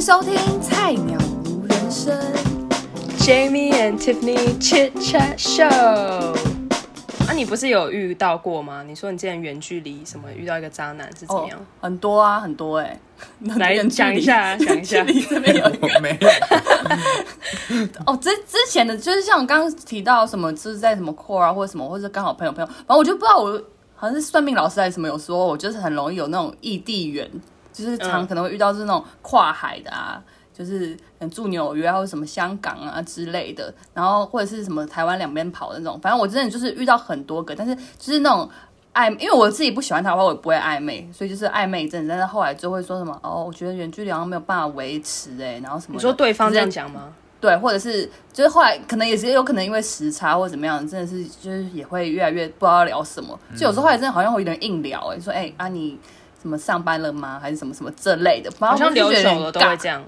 收听《菜鸟无人生》。 Jamie and Tiffany Chit Chat Show。啊，你不是有遇到过吗？你说你之前远距离什么遇到一个渣男是怎么样？很多啊，很多 哎、哦来讲一下，讲一下。你这边有我没有，，哦，之之前的就是像我刚刚提到什么，就是在什么 core 啊，或者什么，或者是刚好朋友朋友，反正我就不知道我好像是算命老师还是什么有说，我就是很容易有那种异地缘，就是常嗯可能会遇到是那种跨海的啊。就是嗯住纽约啊，或者什么香港啊之类的，然后或者是什么台湾两边跑的那种，反正我真的就是遇到很多个，但是就是那种暧，因为我自己不喜欢他的话，我也不会暧昧，所以就是暧昧一阵子，但是后来就会说什么哦，我觉得远距离好像没有办法维持哎、欸然后什么的你说对方这样讲吗？对，或者是就是后来可能也是有可能因为时差或怎么样，真的是就是也会越来越不知道聊什么，就有时候后来真的好像会有点硬聊、哎，说哎、啊你什么上班了吗？还是什么什么这类的，好像留久手了都会这样。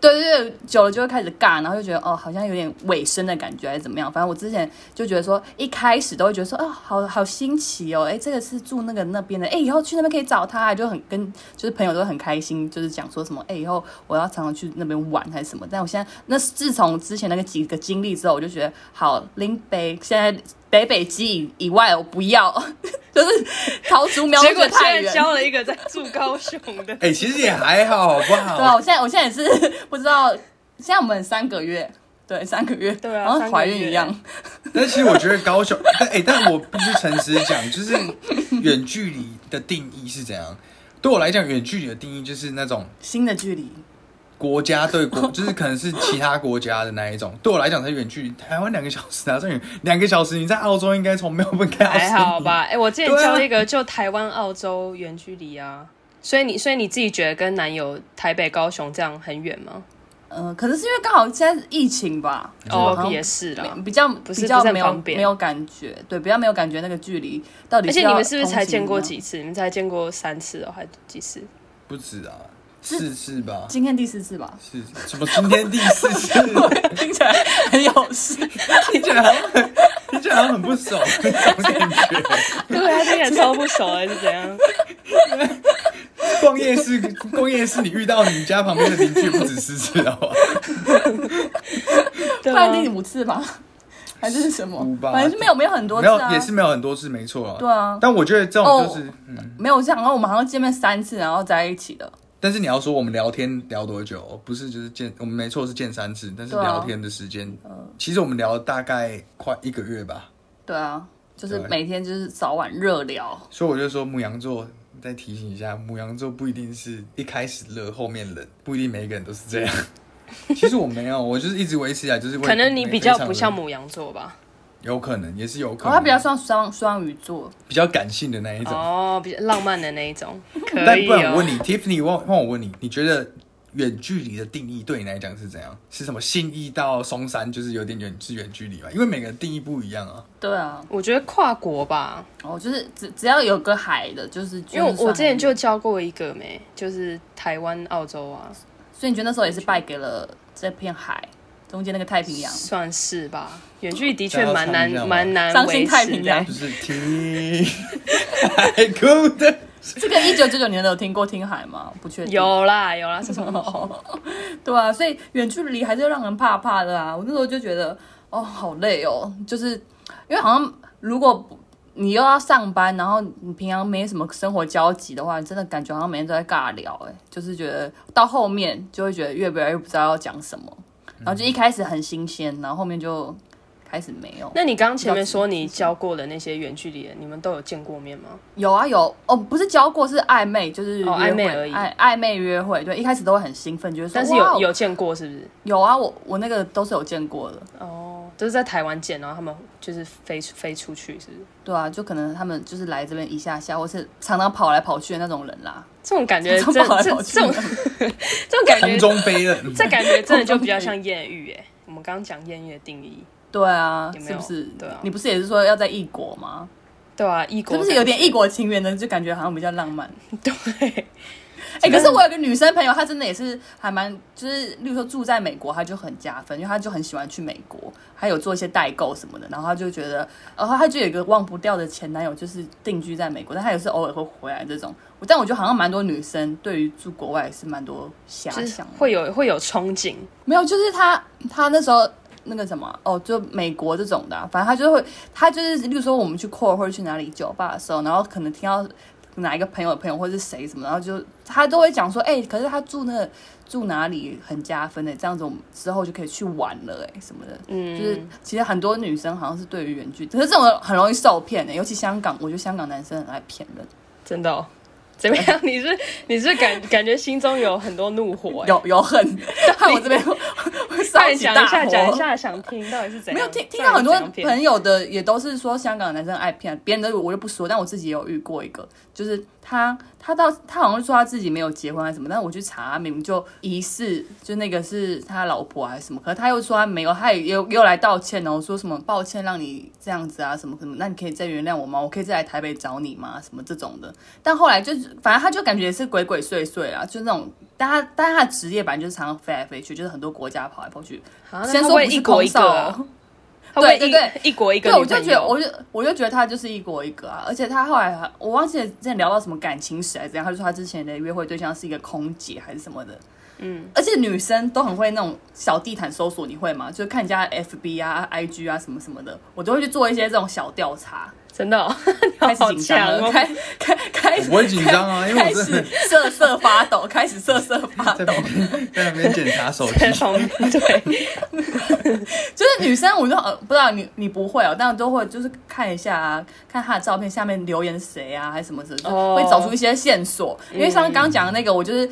对对对，久了就会开始尬，然后就觉得哦，好像有点尾声的感觉，还是怎么样？反正我之前就觉得说，一开始都会觉得说，啊、好好新奇哦，哎，这个是住那个那边的，哎，以后去那边可以找他，哎就很跟就是朋友都很开心，就是讲说什么，哎，以后我要常常去那边玩还是什么。但我现在那自从之前那个几个经历之后，我就觉得好，林北现在北北基以以外我不要， 就是桃竹苗结果就现太在远。交了一个在住高雄的哎、其实也还好，好不好？对啊，我现在我现在也是 不知道，现在我们三个月，对，三个月，对啊好像三个怀孕月一样。但其实我觉得高雄， 但哎、但我必须诚实讲，就是远距离的定义是怎样？对我来讲，远距离的定义就是那种新的距离，国家对国，就是可能是其他国家的那一种。对我来讲，才远距离。台湾两个小时啊，这远两个小时，你在澳洲应该从没有分开。还好？吧？ 哎、我之前对啊交一个就台湾、澳洲远距离啊，所以你所以你自己觉得跟男友台北、高雄这样很远吗？呃，可能是因为刚好现在是疫情吧，好哦，像也是啦没。比较是比较不是很没有方便没有感觉，对，比较没有感觉那个距离到底。而且你们是不是才见过？几次？你们才见过三次哦，还几次？不止啊，四次吧，，今天第四次吧 是什么？今天第四次，听起来很有事。啊听起来好像很，听起来好像很不熟那种感觉。 对啊，听起来超不熟还是怎 样？ 逛夜市，逛夜市，你遇到你家旁边的邻居不止四次好不好？对不然啊，第五次吧，还是什么五？吧反正就没有没有很多没次有啊，，也是没有很多次，没错啊。对啊哦但我觉得这种就是，嗯，没有这样。然后我们好像见面三次，然后在一起的。但是你要说我们聊天聊多久，不是就是见我们没错是见三次，但是对啊嗯聊天的时间，其实我们聊了大概快一个月吧。对啊，就是对每天就是早晚热聊。所以我就说母羊座，再提醒一下，母羊座不一定是一开始热后面冷，不一定每一个人都是这样。嗯 其实我没有，我就是一直维持啊，就是为可能你比较不像非常母羊座吧？的，有可能也是有可哦，能，他比较像双双鱼座，比较感性的那一种。哦，比较浪漫的那一 种，可但以不然我问哦。你，Tiffany，我换我问你，你觉得远距离的定义对你来讲是怎样？是什么？信义到松山就是有点远，是远距离嘛？因为每个人定义不一样啊。对啊，我觉得跨国吧，哦，就是只只要有个海的，就是就因为是我算我之前就交过一个没，就是台湾、澳洲啊，所以你觉得那时候也是败给了这片海中间那个太平 洋，算是吧。远距离的确大家蛮唱一下难，吧蛮难伤心维太持平的洋就。是 听海哭的，这个一九九九年的有听过听海吗？不确定。有啦有啦，是什么？ 对啊，所以远距离还是让人怕怕的啊。我那时候就觉得，哦，好累哦，就是因为好像如果不你又要上班，然后你平常没什么生活交集的话，真的感觉好像每天都在尬聊、哎，就是觉得到后面就会觉得越来越不知道要讲什么，然后就一开始很新鲜，然后后面就开始没有。那你刚前面说你交过的那些远距离的，你们都有见过面吗？有啊有哦，不是交过，是暧昧，就是约哦会暧昧而已暧暧昧约会，对，一开始都会很兴奋，觉得说，但是哇哦有有见过是不是？有啊，我我那个都是有见过的，哦，都是在台湾见，然后他们就是飞飞出去，是不是？对啊，就可能他们就是来这边一下下，或是常常跑来跑去的那种人啦，这种感 觉，这常这常跑来跑去这的种那 这种感空觉，中飞了。嗯这感觉真的就比较像艳遇哎。我们刚刚讲艳遇的定义，对啊，有没是有不是？对啊你不是也是说要在异国吗？对啊，异是国啊不是有点异国情缘的，就感觉好像比较浪漫？对？哎、可是我有个女生朋友，她真的也是还蛮，就是例如说住在美国，她就很加分，因为她就很喜欢去美国，还有做一些代购什么的，然后她就觉得，然后她就有一个忘不掉的前男友，就是定居在美国，但她也是偶尔会回来这种。我但我觉得好像蛮多女生对于住国外是蛮多遐就是想的，会有会有憧憬，没有，就是她她那时候。那个什么哦，就美国这种的啊、反正她就会，她就是，例如说我们去 core 或者去哪里酒吧的时候，然后可能听到哪一个朋友的朋友或者是谁什么，然后就他都会讲说，哎、可是他住那住哪里很加分的、这样子我们之后就可以去玩了、哎什么的，嗯，就是其实很多女生好像是对于远距，可是这种很容易受骗的、尤其香港，我觉得香港男生很爱骗人，真的、哦。怎么样？ 你是你是感感觉心中有很多怒火、欸？有有很，害我这 边会会烧快点起讲大一火下，讲一下，想听到底是怎样？没有听听到很多到底是怎样骗朋友的也都是说香港男生爱骗别人的，我就不说，但我自己也有遇过一个，就是他他到他好像说他自己没有结婚还是什么，但我去查，他明明就疑似就那个是他老婆还是什么，可是他又说他没有，他也又又来道歉哦，说什么抱歉让你这样子啊什么什么，那你可以再原谅我吗？我可以再来台北找你吗？什么这种的，但后来就是，反正他就感觉也是鬼鬼祟祟啦，就那种，但他但他的职业本来就是常常飞来飞去，就是很多国家跑来跑去。啊那先他说会不一是国空一手个啊哦，，他会对一对一国一个对，我女就朋觉得，友我就我就觉得他就是一国一个啊，而且他后来还我忘记了之前聊到什么感情史还是怎样，他就说他之前的约会对象是一个空姐还是什么的，嗯，而且女生都很会那种小地毯搜索，你会吗？就是看人家 FB 啊、IG 啊什么什么的，我都会去做一些这种小调查，真的、哦，开始 好紧张强了，哦开开开我始不会紧张啊，因为开我真始的瑟瑟发抖，开始瑟瑟发在抖，旁边在旁边检查手 机在。旁边对，就是女生，我就呃不知道你你不会哦，但我都会就是看一下啊，看她的照片下面留言谁啊，还是什么什么，就哦会找出一些线索。因为像刚刚讲的那个，我就是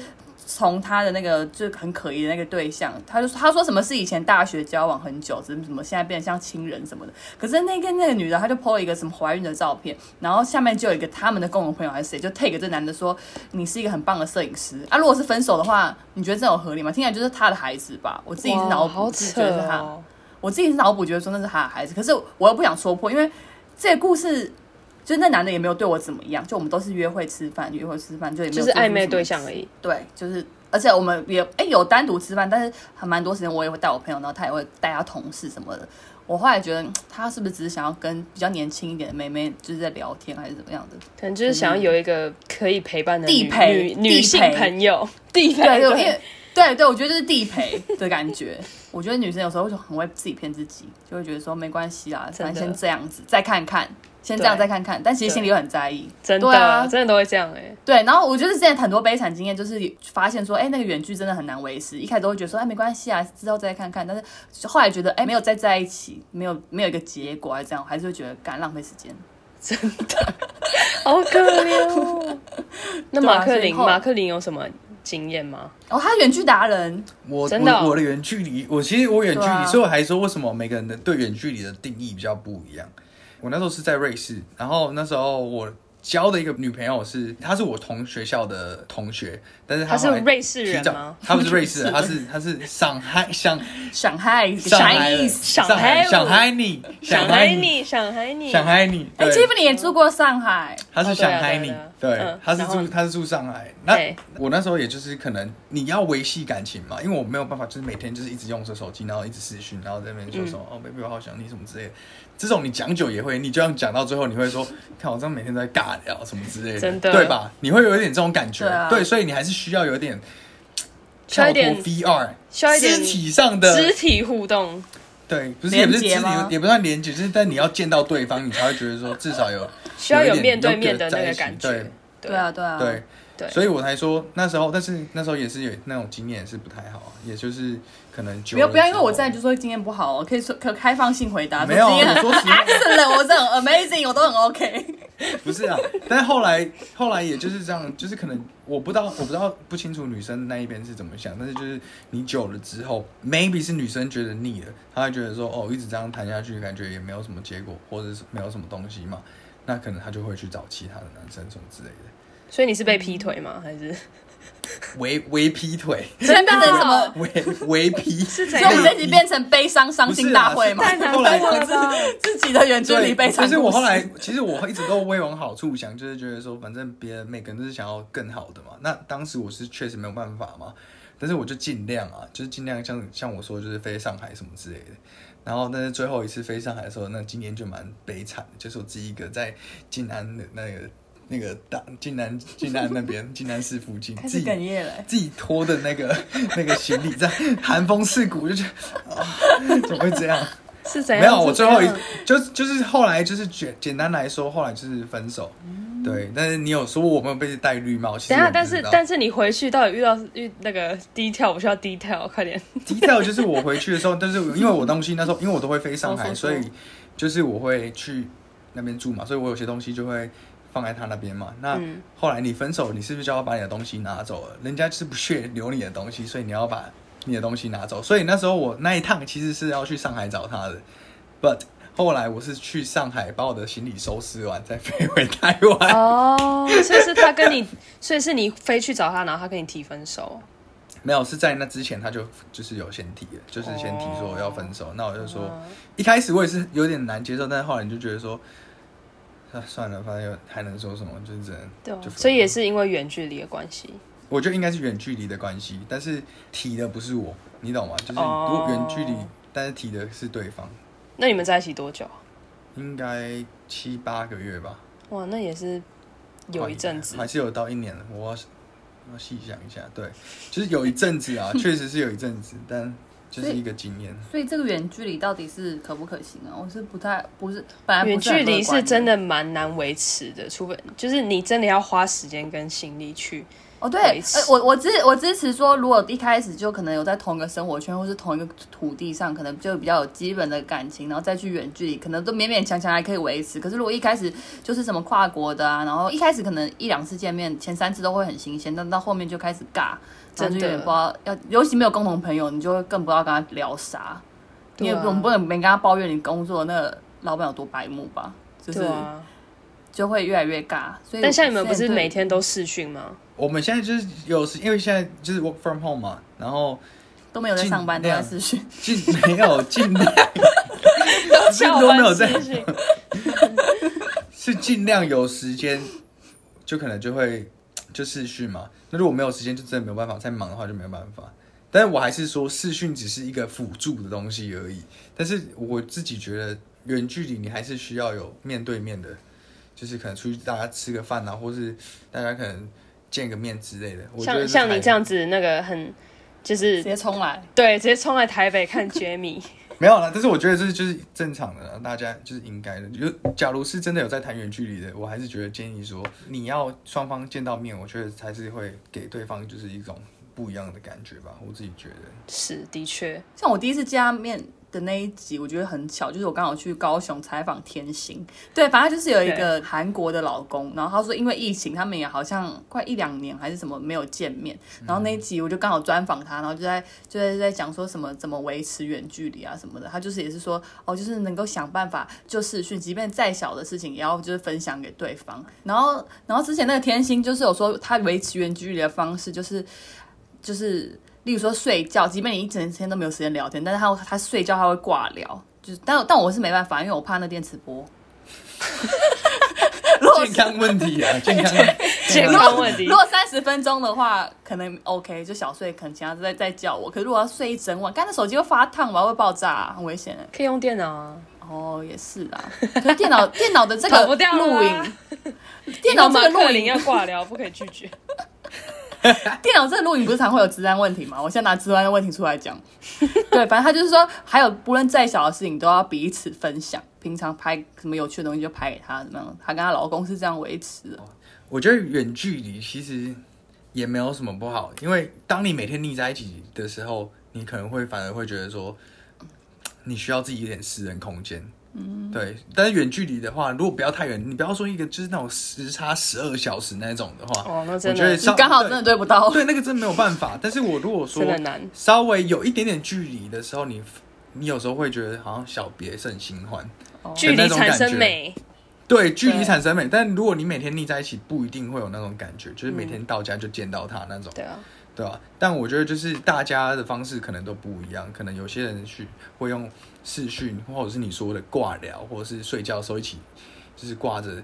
从她的那个就很可疑的那个对象，她就她说什么是以前大学交往很久，什么什么现在变得像亲人什么的。可是那个那个女的，她就 po 了一个什么怀孕的照片，然后下面就有一个他们的共同朋友还是谁，就 take 这男的说你是一个很棒的摄影师啊。如果是分手的话，你觉得这有合理吗？听起来就是他的孩子吧， 我自己是哇脑补，好是扯觉得是他。哦，我自己是脑补觉得说那是他的孩子，可是我又不想说破，因为这个故事就是那男的也没有对我怎么样，就我们都是约会吃饭，约会吃饭就也没就有做是出暧昧什么对象而已。对，就是而且我们也哎、有单独吃饭，但是还蛮多时间我也会带我朋友，然后他也会带他同事什么的。我后来觉得嗯他是不是只是想要跟比较年轻一点的妹妹就是在聊天还是怎么样的？可能就是想要有一个可以陪伴的嗯地女陪女地女性陪朋友， 地陪对，就因对为对对，我觉得就是地陪的感觉。我觉得女生有时候就很会自己骗自己，就会觉得说没关系啦，真的反正先这样子，再看看，先这样对再看看。但其实心里又很在意，真的、对啊真的都会这样哎、对。然后我就是之前很多悲惨经验，就是发现说，哎，那个远距真的很难维持。一开始都会觉得说，哎，没关系啊，之后再看看。但是后来觉得，哎，没有再在一起，没有没有一个结果，还是这样，我还是会觉得干浪费时间。好可怜 哦。那对啊马克所以林，后马克林有什么经验吗？哦，他远距达人，我真的哦我我的远距离，我其实我远距离，对啊所以我还说为什么每个人的对远距离的定义比较不一样。我那时候是在瑞士，然后那时候我交的一个女朋友是，她是我同学校的同学，但是她他是后来瑞士提人早吗？她不是瑞士人，她是她是上海上上海，上海意人思？上海上海你想海嗨你，想嗨你，上海你，哎对， ，Tiffany 也住过上海，他哦是对啊上海对你啊对啊对嗯，他是然后住呢他是住上海。对那我那时候也就是可能你要维系感情嘛，因为我没有办法，就是每天就是一直用着手机，然后一直私讯，然后在那边嗯说什么、哦，baby 我好想你什么之类的。这种你讲久也会，你就像讲到最后，你会说，看我这样每天都在尬聊什么之类的，真的对吧？你会有一点这种感觉，对啊所以你还是需要有点需要跳一点脱 VR，需要一点肢体上的肢体互动，对，不是也不是肢连体结吗，也不算连接，就是但你要见到对方，你才会觉得说至少有需要有有一点面对有面的那在个一起感对觉。对啊，对啊，对。对，所以我才说那时候，但是那时候也是有那种经验也是不太好啊，也就是可能久没有，不要因为我在在就说经验不好哦，可以说可开放性回答，没有啊，说经验我很 说实话 excellent，我是很 amazing，我都很 OK。不是啊，但是后来后来也就是这样，就是可能我不知道我不知道不清楚女生那一边是怎么想，但是就是你久了之后，maybe 是女生觉得腻了，她会觉得说哦一直这样谈下去，感觉也没有什么结果，或者是没有什么东西嘛，那可能她就会去找其他的男生什么之类的。所以你是被劈腿吗？还是围围劈腿， 真的啊哦变成什 么？围围劈，是怎所以样我们这集变成悲伤伤心大会嘛不？是啦是后来了吧？自己的 原著对，里悲伤故就事。是我后来，其实我一直都为往好处想，就是觉得说，反正别人每个人都是想要更好的嘛。那当时我是确实没有办法嘛，但是我就尽量啊，就是尽量像像我说，就是飞上海什么之类的。然后，但是最后一次飞上海的时候，那今年就蛮悲惨的，就是我自己一个在静安的那个那个大静安静安那边 静安市附近开自始哽己。咽了、欸。自己拖的那个 那个行李在寒风刺骨，就觉得、啊怎么会这样？ 是怎样？没有，我是怎最样后一就是就是后来就是简简单来说，后来就是分手。对，但是你有说我没有被戴绿帽，其嗯等一下，实我不但知是啊道但是你回去到底遇到遇那个 detail，我需要 detail，快点。 detail 就是我回去的时候，但是因为我东西那时候因为我都会飞上海，哦所说说以就是我会去那边住嘛，所以我有些东西就会放在他那边嘛。那嗯后来你分手，你是不是就要把你的东西拿走了？人家就是不屑留你的东西，所以你要把你的东西拿走。所以那时候我那一趟其实是要去上海找他的，but 后来我是去上海把我的行李收拾完再飞回台湾。哦， 所以是他跟你，所以是你飞去找他，然后他跟你提分手。没有，是在那之前他就就是有先提了，就是先提说要分手。那我就说，嗯一开始我也是有点难接受，但是后来你就觉得说，啊算了，反正有还能说什么，就是只能对啊就分了所以也是因为远距离的关系。我觉得应该是远距离的关系，但是提的不是我，你懂吗？就是如哦果远距离，但是提的是对方，那你们在一起多久啊？应该七八个月吧，哇，那也是有一阵子还。是有到一年了，我要我要细想一下，对，就是有一阵 子啊，确实是有一阵子，但就是一个经验。所以这个远距离到底是可不可行啊？我是不太不是，本来远不是很距离乐观是真的蛮难维持的，除非就是你真的要花时间跟心力去。哦，对，维呃持我我支我支持说，如果一开始就可能有在同一个生活圈或是同一个土地上，可能就比较有基本的感情，然后再去远距离，可能都勉勉强强还可以维持。可是如果一开始就是什么跨国的啊，然后一开始可能一两次见面，前三次都会很新鲜，但到后面就开始尬，然后真就的有点不知道要，尤其没有共同朋友，你就会更不知道跟他聊啥。你也对啊不能不能没跟他抱怨你工作那个老板有多白目吧，就是对啊。就会越来越尬。所以但像你们不现是在对每天都视讯 吗？我们现在就是有时，因为现在就是 work from home 嘛，然后都没有在上班，都尽在量私讯。尽没有尽量 是像都我没有们在视讯。是尽量有时间，就可能就会就试训嘛。那如果没有时间，就真的没有办法。再忙的话就没有办法。但是我还是说，试训只是一个辅助的东西而已。但是我自己觉得，远距离你还是需要有面对面的，就是可能出去大家吃个饭啊，或是大家可能见个面之类的。 我觉得像是像还你这样子，那个很就是直接冲来。对，直接冲来台北看 Jamie。 没有啦，但是我觉得这就是正常的啦，大家就是应该的。就假如是真的有在谈远距离的，我还是觉得建议说，你要双方见到面，我觉得才是会给对方就是一种不一样的感觉吧。我自己觉得，是，的确，像我第一次见他面的那一集，我觉得很巧，就是我刚好去高雄采访天星，对，反正就是有一个韩国的老公，然后他说因为疫情，他们也好像快一两年还是什么没有见面，然后那一集我就刚好专访他，然后就在就在在讲说什么怎么维持远距离啊什么的，他就是也是说哦，就是能够想办法就视讯，即便再小的事情也要就是分享给对方，然后然后之前那个天星就是有说他维持远距离的方式就是就是例如说睡觉，即便你一整天都没有时间聊天，但是他他睡觉他会挂聊，就是但但我是没办法，因为我怕那电磁波。如果健康问题啊，健康问健康问题如。果三十分钟的话，可能 OK，就小睡，可能其他再再叫我。可是如果要睡一整晚，刚才手机会发烫吧，会爆炸、啊，很危险、欸。可以用电脑啊，哦，也是啦。可是电脑电脑的这逃个不掉了录啦 影，电脑这马个录克林影，要挂聊，不可以拒绝。电脑这个录影不是常会有治安问题吗？我现在拿治安的问题出来讲， 对，反正他就是说，还有不论再小的事情都要彼此分享。平常拍什么有趣的东西就拍给他，怎么样？她跟她老公是这样维持哦的。我觉得远距离其实也没有什么不好，因为当你每天腻在一起的时候，你可能会反而会觉得说，你需要自己一点私人空间。嗯，对。但是远距离的话，如果不要太远，你不要说一个就是那种时差十二小时那种的话，哦那真的我觉得你稍刚好真的对不到，对，那个真的没有 办法。但是我如果说真的难稍微有一点点距离的时候，你你有时候会觉得好像小别胜新欢。哦 距离产生美，对，距离对产生嗯美，但如果你每天腻在一起，不一定会有那种感觉，就是每天到家就见到他那种。对啊，对吧、但我觉得就是大家的方式可能都不一样，可能有些人去会用视讯，或者是你说的挂聊，或者是睡觉的时候一起，就是挂着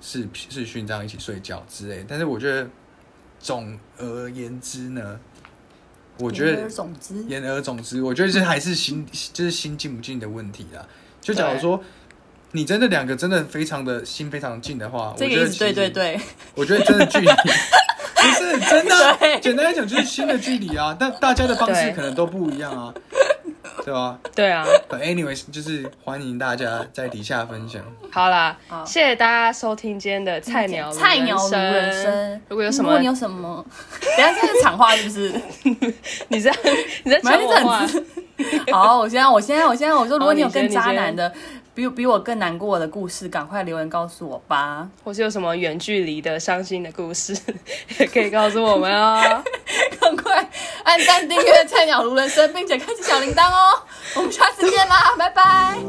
视视讯这样一起睡觉之类。但是我觉得总而言之呢，我觉言而得总之，言而总之，我觉得这还是心就是心近不近的问题啦。就假如说你真的两个真的非常的心非常近的话，这我觉个意得思对其实对对，我觉得真 的距离，不是真的啊对，简单来讲就是新的距离啊，但大家的方式对可能都不一样啊，对吧对啊， ？But anyways，就是欢迎大家在底下分享。好啦，好谢谢大家收听今天的菜鸟菜鸟如人人生。如果有什如么果你有什么，等一下这是场话是不 是？你在你在没抢我话有，好，我现在，我现在，我现在，我说，如果你有好你更先渣男的，比比我更难过的故事，赶快留言告诉我吧。或是有什么远距离的伤心的故事， 也可以告诉我 们哦。赶快按赞、订阅《菜鸟如人生》，并且开启小铃铛哦。我们下次见啦，拜拜。哦